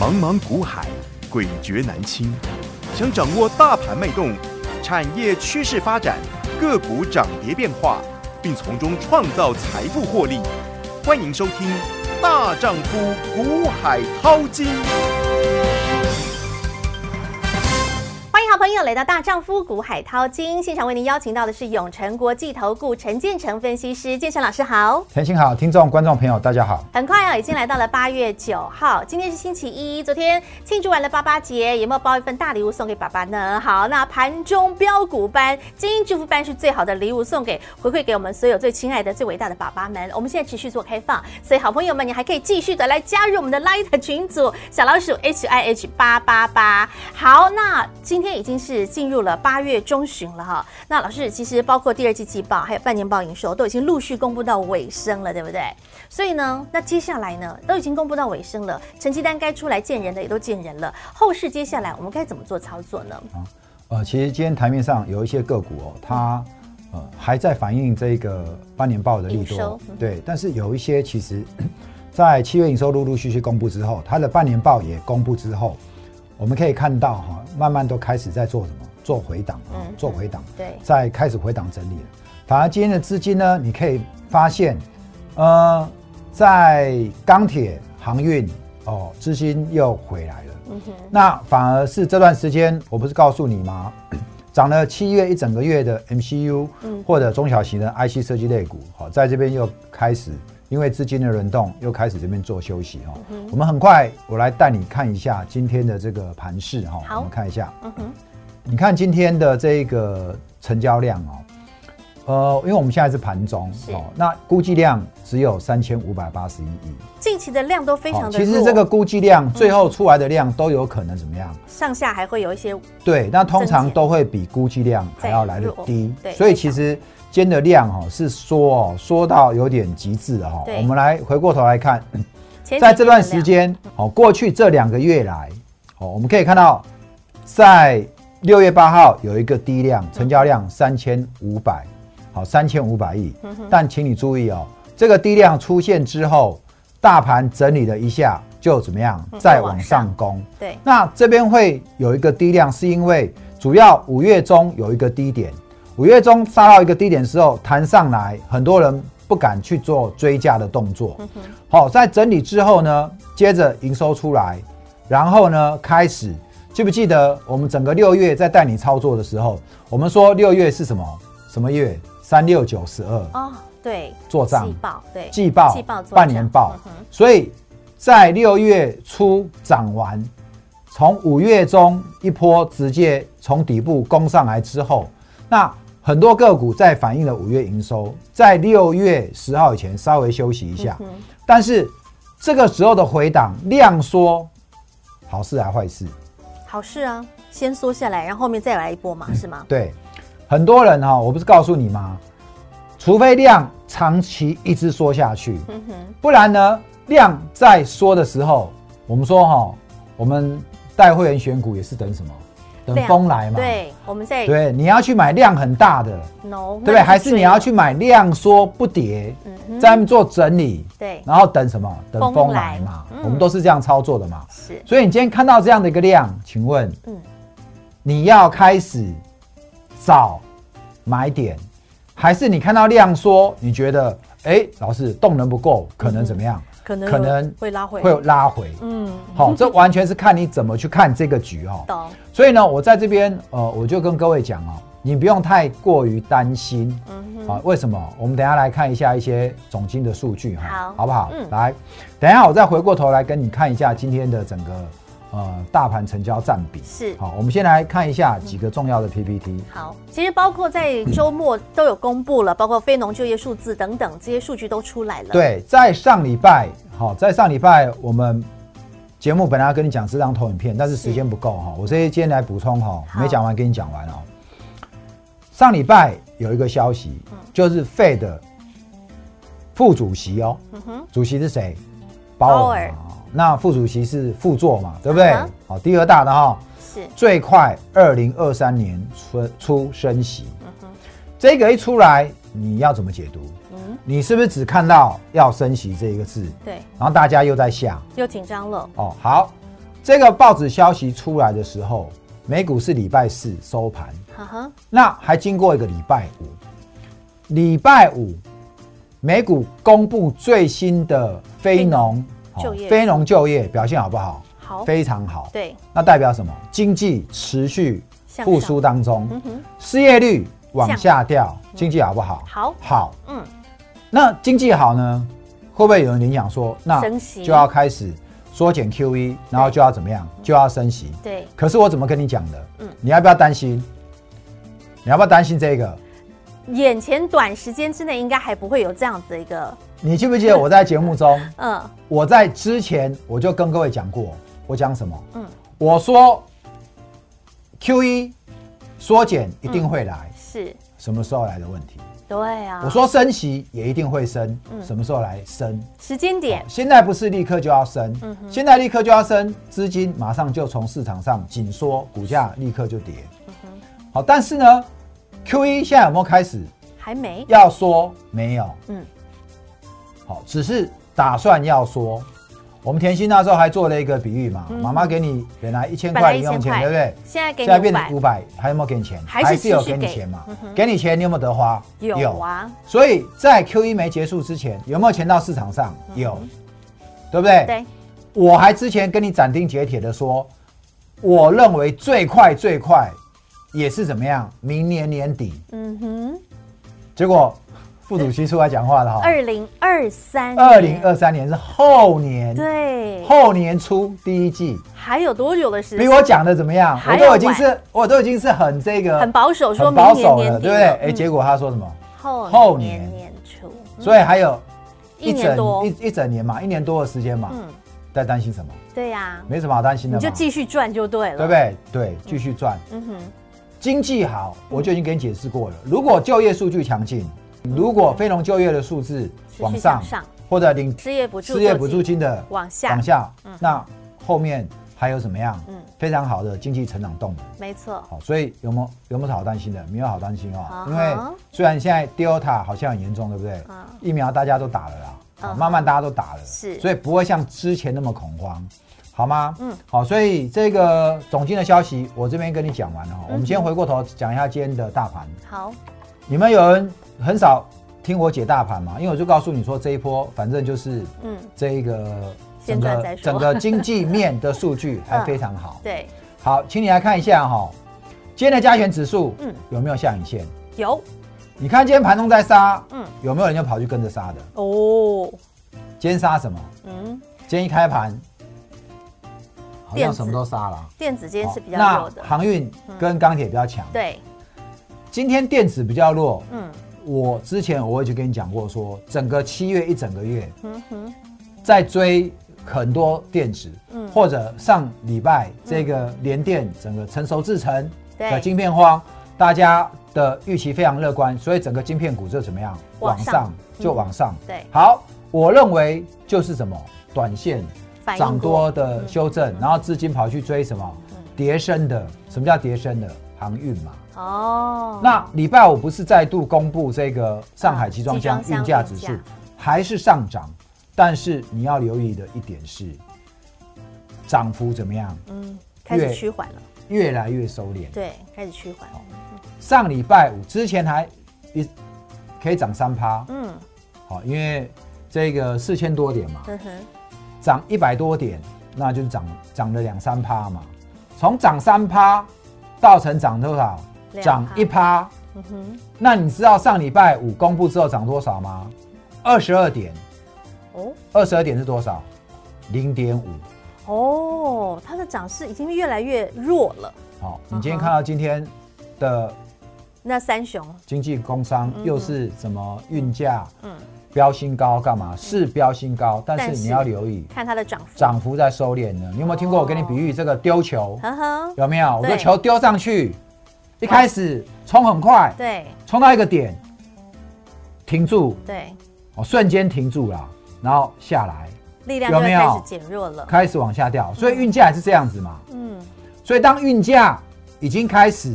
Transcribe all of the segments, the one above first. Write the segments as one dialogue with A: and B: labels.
A: 茫茫股海，诡谲难清。想掌握大盘脉动、产业趋势发展、个股涨跌变化，并从中创造财富获利，欢迎收听《大丈夫股海淘金》。
B: 欢迎好朋友来到《大丈夫股海淘金》现场，为您邀请到的是永诚国际投顾陈建成分析师，建成老师好。
C: 陈星好，听众观众朋友大家好。
B: 很快啊，已经来到了八月九号，今天是星期一。昨天庆祝完了八八节，有没有包一份大礼物送给爸爸呢？好，那盘中标股班、精英致富班是最好的礼物，送给回馈给我们所有最亲爱的、最伟大的爸爸们。我们现在持续做开放，所以好朋友们，你还可以继续的来加入我们的 Light 群组，小老鼠 H I H 八八八。好，那今天已经是进入了八月中旬了哈。那老师，其实包括第二季季报还有半年报营收都已经陆续公布到尾声了，对不对？所以呢，那接下来呢，都已经公布到尾声了，成绩单该出来见人的也都见人了，后市接下来我们该怎么做操作呢？
C: 呃，其实今天台面上有一些个股哦，它呃还在反映这个半年报的利
B: 营收
C: 多哦
B: 嗯，
C: 对，但是有一些其实， 在七月营收陆陆续续公布之后，它的半年报也公布之后，我们可以看到哈、慢慢都开始在做什么，做回档啊、
B: 嗯
C: 做回档，
B: 对
C: 在开始回档整理了。反而今天的资金呢，你可以发现，呃，在钢铁、航运哦，资金又回来了。
B: 嗯哼，
C: 那反而是这段时间，我不是告诉你 吗？涨了七月一整个月的 MCU，、
B: 嗯
C: 或者中小型的 IC 设计类股，好、在这边又开始因为资金的轮动，又开始这边做休息哈、哦
B: 嗯
C: 我们很快，我来带你看一下今天的这个盘势哈、
B: 好
C: 我们看一下，
B: 嗯哼，
C: 你看今天的这个成交量哦，呃，因为我们现在是盘中哦
B: 是，
C: 那估计量只有三千五百八十一亿。
B: 近期的量都非
C: 哦
B: 常的
C: 其
B: 弱，嗯
C: 实这个估计量最后出来的量都有可能怎么样？
B: 上下还会有一些
C: 对，那通
B: 增
C: 常
B: 减
C: 都会比估计量还要来的
B: 再弱
C: 低
B: 对，
C: 所以
B: 非常
C: 其实今天的量哦是缩哦，缩到有点极致了哈、
B: 对
C: 我们来回过头来看，
B: 前几天的
C: 在
B: 量
C: 这段时，间哦，过去这两个月来哦，我们可以看到，在六月八号有一个低量，成交量三千五百，好三千五百亿
B: 嗯哼，
C: 但请你注意哦，这个低量出现之后，大盘整理了一下就怎么样
B: 嗯，
C: 再
B: 又往
C: 往
B: 上
C: 上攻。
B: 对，
C: 那这边会有一个低量，是因为主要五月中有一个低点，五月中杀到一个低点之后弹上来，很多人不敢去做追价的动作。
B: 嗯哼，
C: 好、在整理之后呢，接着营收出来，然后呢开始，记不记得我们整个六月在带你操作的时候，我们说六月是什么什么月？三六九十二
B: 哦，对，
C: 做账
B: 季报，对，
C: 季报、
B: 季报做账
C: 半年报
B: 嗯哼，
C: 所以在六月初涨完，从五月中一波直接从底部攻上来之后，那很多个股在反映了五月营收，在六月十号以前稍微休息一下，
B: 嗯哼
C: 但是这个时候的回档量缩，好事还坏事？
B: 好事啊，先缩下来，然后后面再来一波
C: 嗯
B: 嘛，是吗？
C: 对，很多人哈、我不是告诉你吗？除非量长期一直缩下去，
B: 嗯哼，
C: 不然呢，量在缩的时候，我们说哈、我们带会员选股也是等什么？等
B: 量
C: 风来嘛。
B: 对，我们在
C: 对，你要去买量很大的，
B: no，
C: 对不对？还是你要，去买量缩不跌，
B: 嗯哼，
C: 在那边做整理，
B: 对，
C: 然后等什么？等
B: 风
C: 风
B: 来
C: 来嘛。
B: 嗯
C: 我们都是这样操作的嘛。
B: 是，
C: 所以你今天看到这样的一个量，请问
B: 嗯，
C: 你要开始找买点，还是你看到量缩，你觉得哎，老师动能不够，可能怎么样？
B: 可能
C: 可能
B: 会拉回，
C: 会有拉回。
B: 嗯，
C: 好、这完全是看你怎么去看这个局哦。
B: 懂，
C: 所以呢，我在这边呃，我就跟各位讲哦，你不用太过于担心
B: 嗯哼，
C: 啊、为什么？我们等一下来看一下一些总金的数据哈、
B: 好
C: 好不好？
B: 嗯
C: 来，等一下我再回过头来跟你看一下今天的整个呃大盘成交占比。
B: 是。嗯
C: 好，我们先来看一下几个重要的 PPT。
B: 好，其实包括在周末都有公布了，包括非农就业数字等等，这些数据都出来了。，
C: 对，在上礼拜，好，在上礼拜我们节目本来要跟你讲这张投影片，但是时间不够哈，我这些今天来补充哈，
B: 好
C: 没讲完跟你讲完哦。上礼拜有一个消息，
B: 嗯
C: 就是 Fed 的副主席哦，
B: 嗯哼，
C: 主席是谁？
B: 鲍
C: 鲍
B: 尔
C: 尔嘛。那副主席是副座嘛，对不对
B: 嗯哼？
C: 好，第二大的哈，
B: 是，
C: 最快二零二三年春初升息，
B: 嗯哼，
C: 这个一出来，你要怎么解读？
B: 嗯，
C: 你是不是只看到要升息这一个字？
B: 对，
C: 然后大家又在下
B: 又紧张了，
C: 哦，好，这个报纸消息出来的时候，美股是礼拜四收盘，
B: 哈哈，
C: 那还经过一个礼拜五，礼拜五美股公布最新的非农哦
B: 非农就业
C: 非农就业表现好不好？
B: 好，
C: 非常好。
B: 对，
C: 那代表什么？经济持续
B: 向
C: 复
B: 上
C: 苏当中，
B: 嗯哼，
C: 失业率往
B: 向
C: 下掉，经济好不好？
B: 好，
C: 好，
B: 嗯，
C: 那经济好呢，会不会有人联想说，那
B: 升息
C: 就要开始缩减 QE，然后就要怎么样，就要升息？
B: 对，
C: 可是我怎么跟你讲的？
B: 嗯
C: 你要不要担心？你要不要担心这个？
B: 眼前短时间之内应该还不会有这样子的一个，
C: 你记不记得我在节目中，
B: 嗯
C: 我在之前我就跟各位讲过，我讲什么？
B: 嗯，
C: 我说 QE 缩减一定会来，
B: 是，
C: 什么时候来的问题？
B: 对嗯啊，
C: 我说升息也一定会升，
B: 嗯
C: 什么时候来升？
B: 时间点，
C: 现在不是立刻就要升，
B: 嗯哼
C: 现在立刻就要升，资金马上就从市场上紧缩，股价立刻就跌。
B: 嗯
C: 好，但是呢，Q E 现在有没有开始
B: 还没，
C: 要说没有？
B: 嗯，
C: 好，只是打算要说。我们甜心那时候还做了一个比喻嘛，
B: 嗯
C: 妈妈给你本来一千
B: 本来
C: 块零用
B: 1000
C: 钱，
B: 块
C: 对不对？
B: 现在给
C: 现
B: 你
C: 在
B: 五
C: 变成
B: 百
C: 五，百，还有没有给你钱？
B: 还是
C: 有
B: 持续
C: 给你
B: 给
C: 钱嘛
B: 嗯？哼
C: 给你钱，你有没有得花？
B: 有啊，
C: 所以在 Q 一没结束之前，有没有钱到市场上？有，对不对？
B: 嗯对，
C: 我还之前跟你斩钉截铁的说，我认为最快最快也是怎么样，明年年底。
B: 嗯哼，
C: 结果副主席出来讲 话了哈，
B: 二零二三，
C: 二零二，三年是后年，
B: 对，
C: 后年初第一季，
B: 还有多久的时间？
C: 比我讲的怎么样？
B: 还
C: 我
B: 要
C: 都已经是，我都已经是很这个
B: 很保守，说
C: 呃很
B: 明
C: 保
B: 年
C: 守
B: 年
C: 了，
B: 底
C: 对不
B: 了，
C: 对？哎，
B: 嗯
C: 结果他说什么？
B: 后
C: 后
B: 年
C: 年
B: 年初，嗯
C: 所以还有
B: 一年多
C: 一一整年嘛，一年多的时间嘛，
B: 嗯，
C: 在担心什么？
B: 对呀，
C: 没什么好担心的
B: 你
C: 嘛，
B: 就继续赚就对了，
C: 对不？对？对，继续赚。
B: 嗯哼，
C: 经济好，
B: 嗯
C: 我就已经给你解释过了。如果就业数据强劲，如果非农就业的数字
B: 嗯持续
C: 往上
B: 向上，
C: 或者领
B: 失业补助，
C: 失业补助，金的
B: 往下
C: 往下
B: 嗯，
C: 那后面还有怎么样
B: 嗯？
C: 非常好的经济成长动能。
B: 没错，
C: 好，所以有没有有没有好担心的？没有好担心
B: 啊
C: 哦
B: 哈，
C: 因为虽然现在 Delta 好像很严重，对不对
B: 啊？
C: 疫苗大家都打了啦，
B: 嗯
C: 好
B: 哼
C: 慢慢大家都打了，
B: 是
C: 所以不会像之前那么恐慌，好吗？
B: 嗯
C: 嗯，好，所以这个总经的消息我这边跟你讲完了
B: 嗯
C: 哦，我们先回过头讲一下今天的大盘。
B: 好，
C: 你们有人很少听我解大盘嘛？因为我就告诉你说这一波反正就是
B: 嗯，
C: 这一个
B: 先
C: 整
B: 赚再
C: 个
B: 说
C: 整个经济面的数 据还
B: 嗯
C: 非常好。
B: 对，
C: 好，请你来看一下哈、今天的加权指数，
B: 嗯
C: 嗯，有没有下影线？
B: 有，
C: 你看今天盘中在杀，
B: 嗯
C: 嗯，有没有人就跑去跟着杀的？
B: 哦，
C: 今天杀什么？
B: 嗯，
C: 今天一开盘，好
B: 电
C: 像
B: 子
C: 什么都杀了。啊
B: 电子今天是比较
C: 好
B: 弱的嗯
C: 那，航运跟钢铁比较强。
B: 对，
C: 今天电子比较弱。
B: 嗯
C: 我之前我已经跟你讲过说整个七月一整个月
B: 哼哼，
C: 在追很多电子，
B: 嗯
C: 或者上礼拜这个联电整个成熟制成的
B: 对
C: 晶片荒，大家的预期非常乐观，所以整个晶片股就怎么样
B: 往
C: 往
B: 上
C: 上就
B: 嗯
C: 往上。
B: 对，
C: 好，我认为就是什么短线
B: 反应嗯
C: 涨多
B: 过，
C: 的修正，然后资金跑去追什么跌升的，什么叫跌升的航运嘛？
B: 哦，
C: 那礼拜五不是再度公布这个上哦海集装
B: 啊
C: 箱
B: 集装箱
C: 运价指数
B: 运价
C: 还是上涨，但是你要留意的一点是，涨幅怎么样？
B: 嗯，开始
C: 月
B: 趋缓了，
C: 越来越收敛。
B: 对，开始趋缓了，
C: 上礼拜五之前还一可以涨三趴，
B: 嗯
C: 好，因为这个四千多点嘛，
B: 哼哼，
C: 涨一百多点，那就是涨涨了两三趴嘛。从涨三趴到成涨多少？
B: 两趴
C: 涨一趴。
B: 嗯哼，
C: 那你知道上礼拜五公布之后涨多少吗？二十二点，
B: 哦
C: 二十二点是多少？零点五。
B: 哦，它的涨势已经越来越弱了。
C: 好，你今
B: 嗯
C: 天
B: 哼
C: 看到今天的
B: 那三雄，
C: 经济工商
B: 嗯
C: 又是什么运价
B: 嗯，
C: 标新高干嘛？是标新高，但
B: 但
C: 是
B: 是
C: 你要留意
B: 看它的涨幅，
C: 涨幅在收敛呢。你有没有听过我跟你比喻这个丢球？
B: 呵呵，
C: 有没有？我
B: 哦对
C: 说球丢上去，一开始冲很快，
B: 对
C: 冲到一个点，停住，
B: 对，
C: 哦，瞬间停住了，然后下来，
B: 力量就
C: 有
B: 会
C: 没
B: 开
C: 有
B: 始减弱了。
C: 开始往下掉。所以运价也是这样子嘛。
B: 嗯，
C: 所以当运价已经开始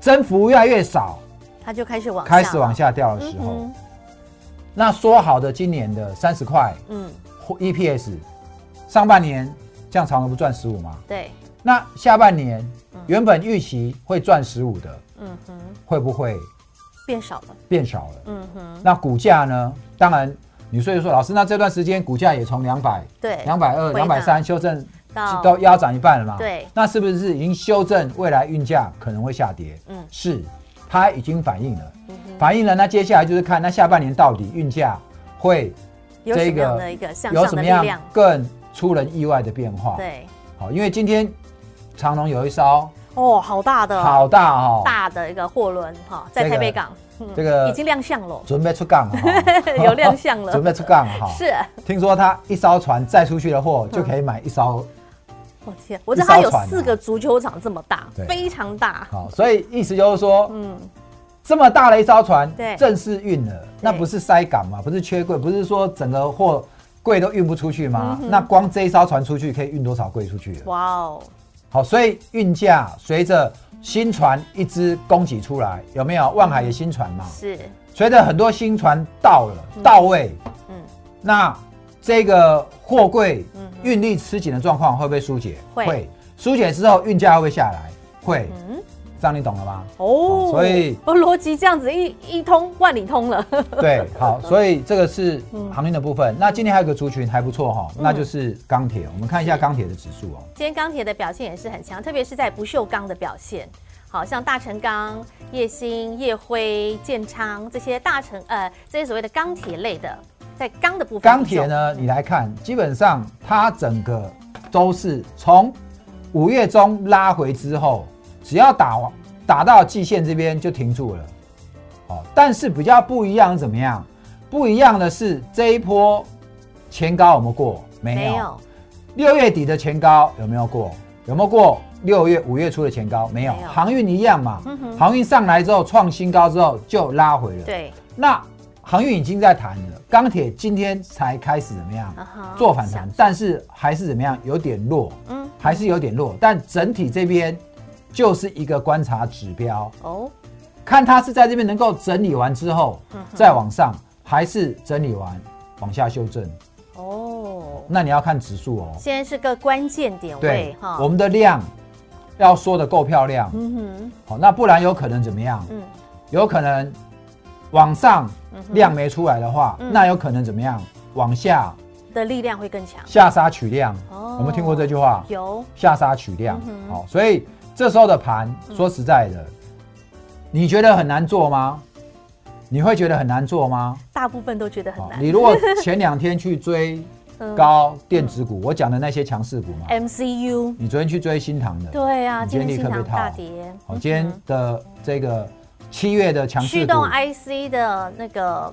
C: 增幅越来越少，
B: 它就开始往
C: 开始往
B: 下
C: 下掉的
B: 嗯
C: 时候，
B: 哼
C: 那说好的今年的三十块
B: 嗯，
C: 或 EPS，上半年这样长隆不赚十五吗？
B: 对，
C: 那下半年原本预期会赚十五的，
B: 嗯哼，
C: 会不会
B: 变少了，
C: 变少了？
B: 嗯哼，
C: 那股价呢？当然，你所以说老师，那这段时间股价也从两百、
B: 对，
C: 两百二、
B: 回
C: 两
B: 档
C: 百三修正
B: 到
C: 都腰斩一半了嘛？
B: 哦对
C: 那是不是已经修正未来运价可能会下跌？
B: 嗯
C: 是，它已经反映了，
B: 嗯哼，
C: 反映了。那接下来就是看那下半年到底运价会
B: 有什
C: 这
B: 么
C: 个
B: 样的一个向
C: 有
B: 上的
C: 什么
B: 力
C: 样
B: 量？
C: 更出人意外的变化？，
B: 对，
C: 好，因为今天长隆有一艘
B: 哦，好大的，
C: 好大哈、哦，
B: 大的一个货轮哈，在
C: 这
B: 台北
C: 个
B: 港，嗯
C: 这个
B: 已经亮相了，
C: 准备出港哈、
B: 有亮相了
C: 准备出港哈、
B: 是，
C: 听说他一艘船载出去的货就可以买一艘，
B: 我天，我知道它有
C: 一艘船啊
B: 四个足球场这么大，
C: 对啊
B: 非常大，
C: 好，所以意思就是说，
B: 嗯，
C: 这么大的一艘船
B: 对，
C: 正式运了，那不是塞港嘛？不是缺柜，不是说整个货柜都运不出去吗
B: 嗯？哼
C: 那光这一艘船出去可以运多少柜出去了？
B: 哇哦，
C: 好，所以运价随着新船一支供给出来，有没有？万海也新船嘛，
B: 是，
C: 随着很多新船到了到位，
B: 嗯，
C: 那这个货柜
B: 嗯哼
C: 运力吃紧的状况会不会疏解？
B: 会
C: 疏解之后运价会不会下来？会，
B: 嗯，
C: 这样你懂了吗？
B: 哦，
C: 所以
B: 哦逻辑这样子一一通万里通了，
C: 对，好，所以这个是
B: 嗯
C: 航运的部分。那今天还有个族群还不错哈、
B: 嗯
C: 那就是钢铁。我们看一下钢铁的指数哦。
B: 今天钢铁的表现也是很强，特别是在不锈钢的表现。好像大成钢、叶兴、叶辉、建昌这些大成呃这些所谓的钢铁类的，在钢的部分
C: 钢铁呢，
B: 比
C: 你来看，基本上它整个都是从五月中拉回之后，只要打打到季线这边就停住了。哦，但是比较不一样是怎么样？不一样的是这一波前高有没有过？
B: 重
C: 没
B: 没
C: 有。
B: 有
C: 六月底的前高有没有过？有没有过？六月、五月初的前高没有
B: 没有。
C: 航运一样嘛
B: 嗯哼，
C: 航运上来之后创新高之后就拉回了。，
B: 对
C: 那航运已经在谈了，钢铁今天才开始怎么样
B: 啊哈
C: 做反弹
B: 想，
C: 但是还是怎么样有点弱，
B: 嗯
C: 还是有点弱。但整体这边就是一个观察指标，
B: 哦
C: 看它是在这边能够整理完之后
B: 嗯哼
C: 再往上，还是整理完往下修正。
B: 哦，
C: 那你要看指数哦。
B: 现在是个关键点位
C: 对
B: 哈，，
C: 我们的量要说的够漂亮，
B: 嗯哼
C: 好，那不然有可能怎么样？
B: 嗯
C: 有可能往上
B: 嗯哼
C: 量没出来的话，
B: 嗯
C: 那有可能怎么样？往下
B: 的力量会更强，
C: 下杀取量，
B: 哦
C: 我们听过这句话，
B: 有
C: 下杀取量
B: 嗯哼。嗯
C: 好，所以这时候的盘，说实在的，你觉得很难做吗？你会觉得很难做吗？
B: 大部分都觉得很
C: 好，
B: 难
C: 哦你如果前两天去追
B: 嗯
C: 高电子股，我讲的那些强势股嘛，
B: MCU
C: 你昨天去追新塘的，
B: 对啊，
C: 你
B: 今
C: 今天
B: 天新
C: 立刻
B: 塘
C: 被套
B: 大跌，
C: 好，今天
B: 嗯哼
C: 的这个七月的强势
B: 驱
C: 股，
B: 动 IC 的那个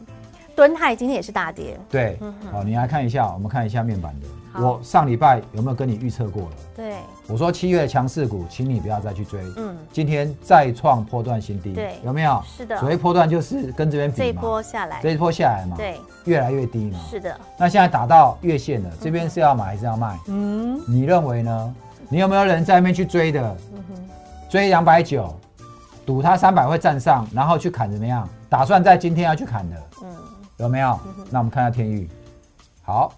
B: 敦泰今天也是大跌，
C: 对
B: 嗯，
C: 好，你来看一下，我们看一下面板的。
B: 好
C: 我上礼拜有没有跟你预测过了？
B: 对，
C: 我说七月强势股，请你不要再去追。
B: 嗯，
C: 今天再创波段新低，
B: 对
C: 有没有？
B: 是的
C: 所谓波段就是跟这边
B: 这一
C: 比嘛，
B: 波下来，
C: 这一波下来嘛，
B: 对，
C: 越来越低嘛。
B: 是的，
C: 那现在打到月线了，这边是要买还是要卖？
B: 嗯
C: 你认为呢？你有没有人在那边去追的？
B: 嗯哼，
C: 追两百九，赌它三百会站上，然后去砍怎么样？打算在今天要去砍的，
B: 嗯，
C: 有没有？那我们看下天域。好，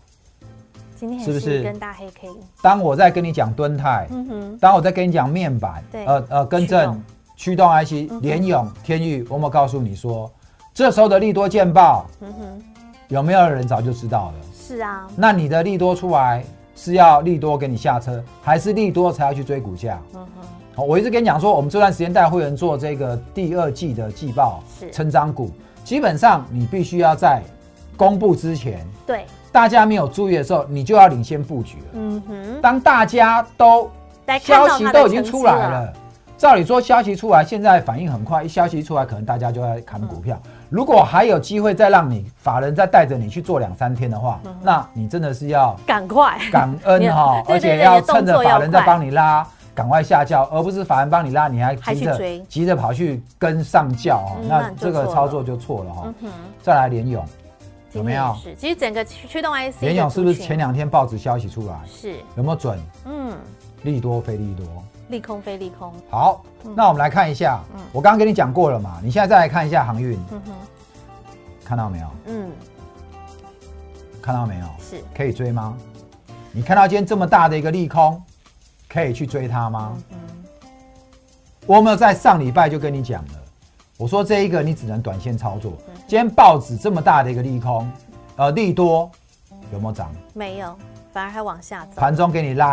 B: 今天
C: 是
B: 也
C: 不
B: 是一
C: 是
B: 根大黑 K，
C: 当我在跟你讲敦泰，
B: 嗯哼，
C: 当我在跟你讲面板，
B: 对嗯
C: 呃呃，更正驱动 IC、联咏、天域，我有没有告诉你说，这时候的利多见报
B: 嗯哼，
C: 有没有人早就知道了？
B: 是啊，
C: 那你的利多出来是要利多给你下车，还是利多才要去追股价？
B: 嗯哼，
C: 好，我一直跟你讲说，我们这段时间带会员做这个第二季的季报
B: 是
C: 成长股，基本上你必须要在公布之前，
B: 对，
C: 大家没有注意的时候，你就要领先布局了。
B: 嗯哼，
C: 当大家都
B: 来看
C: 消
B: 到
C: 息
B: 它的
C: 都已经
B: 成
C: 出
B: 绩
C: 来，了，照理说消息出来，现在反应很快，一消息出来，可能大家就要砍
B: 嗯
C: 股票。如果还有机会再让你法人再带着你去做两三天的话，
B: 嗯
C: 那你真的是要
B: 赶快，，
C: 感恩哈
B: 对对对
C: 而且要
B: 你的动
C: 趁着
B: 作要
C: 法人在
B: 快
C: 帮你拉，赶快下轿，而不是法人帮你拉，你还
B: 还
C: 急
B: 去追
C: 着急着跑去跟上轿哈
B: 嗯，那
C: 那
B: 你就
C: 这个
B: 错
C: 操
B: 了
C: 作就错了哈
B: 嗯。哼，
C: 再来联勇，有
B: 今
C: 没
B: 天也
C: 有？
B: 是，其实整个驱驱动 IC
C: 联勇
B: 的
C: 是不是
B: 族群
C: 前两天报纸消息出来，
B: 是，
C: 有没有准？
B: 嗯，
C: 利多非利多？
B: 利空非利空，
C: 好，
B: 嗯
C: 那我们来看一下，我刚刚跟你讲过了嘛，你现在再来看一下航运，
B: 嗯哼，
C: 看到没有？
B: 嗯，
C: 看到没有？
B: 是
C: 可以追吗？你看到今天这么大的一个利空，可以去追它吗？
B: 嗯
C: 我有没有在上礼拜就跟你讲了？我说这一个你只能短线操作。今天报纸这么大的一个利空，呃，利多有没有涨？
B: 没有，反而还往下走。
C: 盘中给你拉。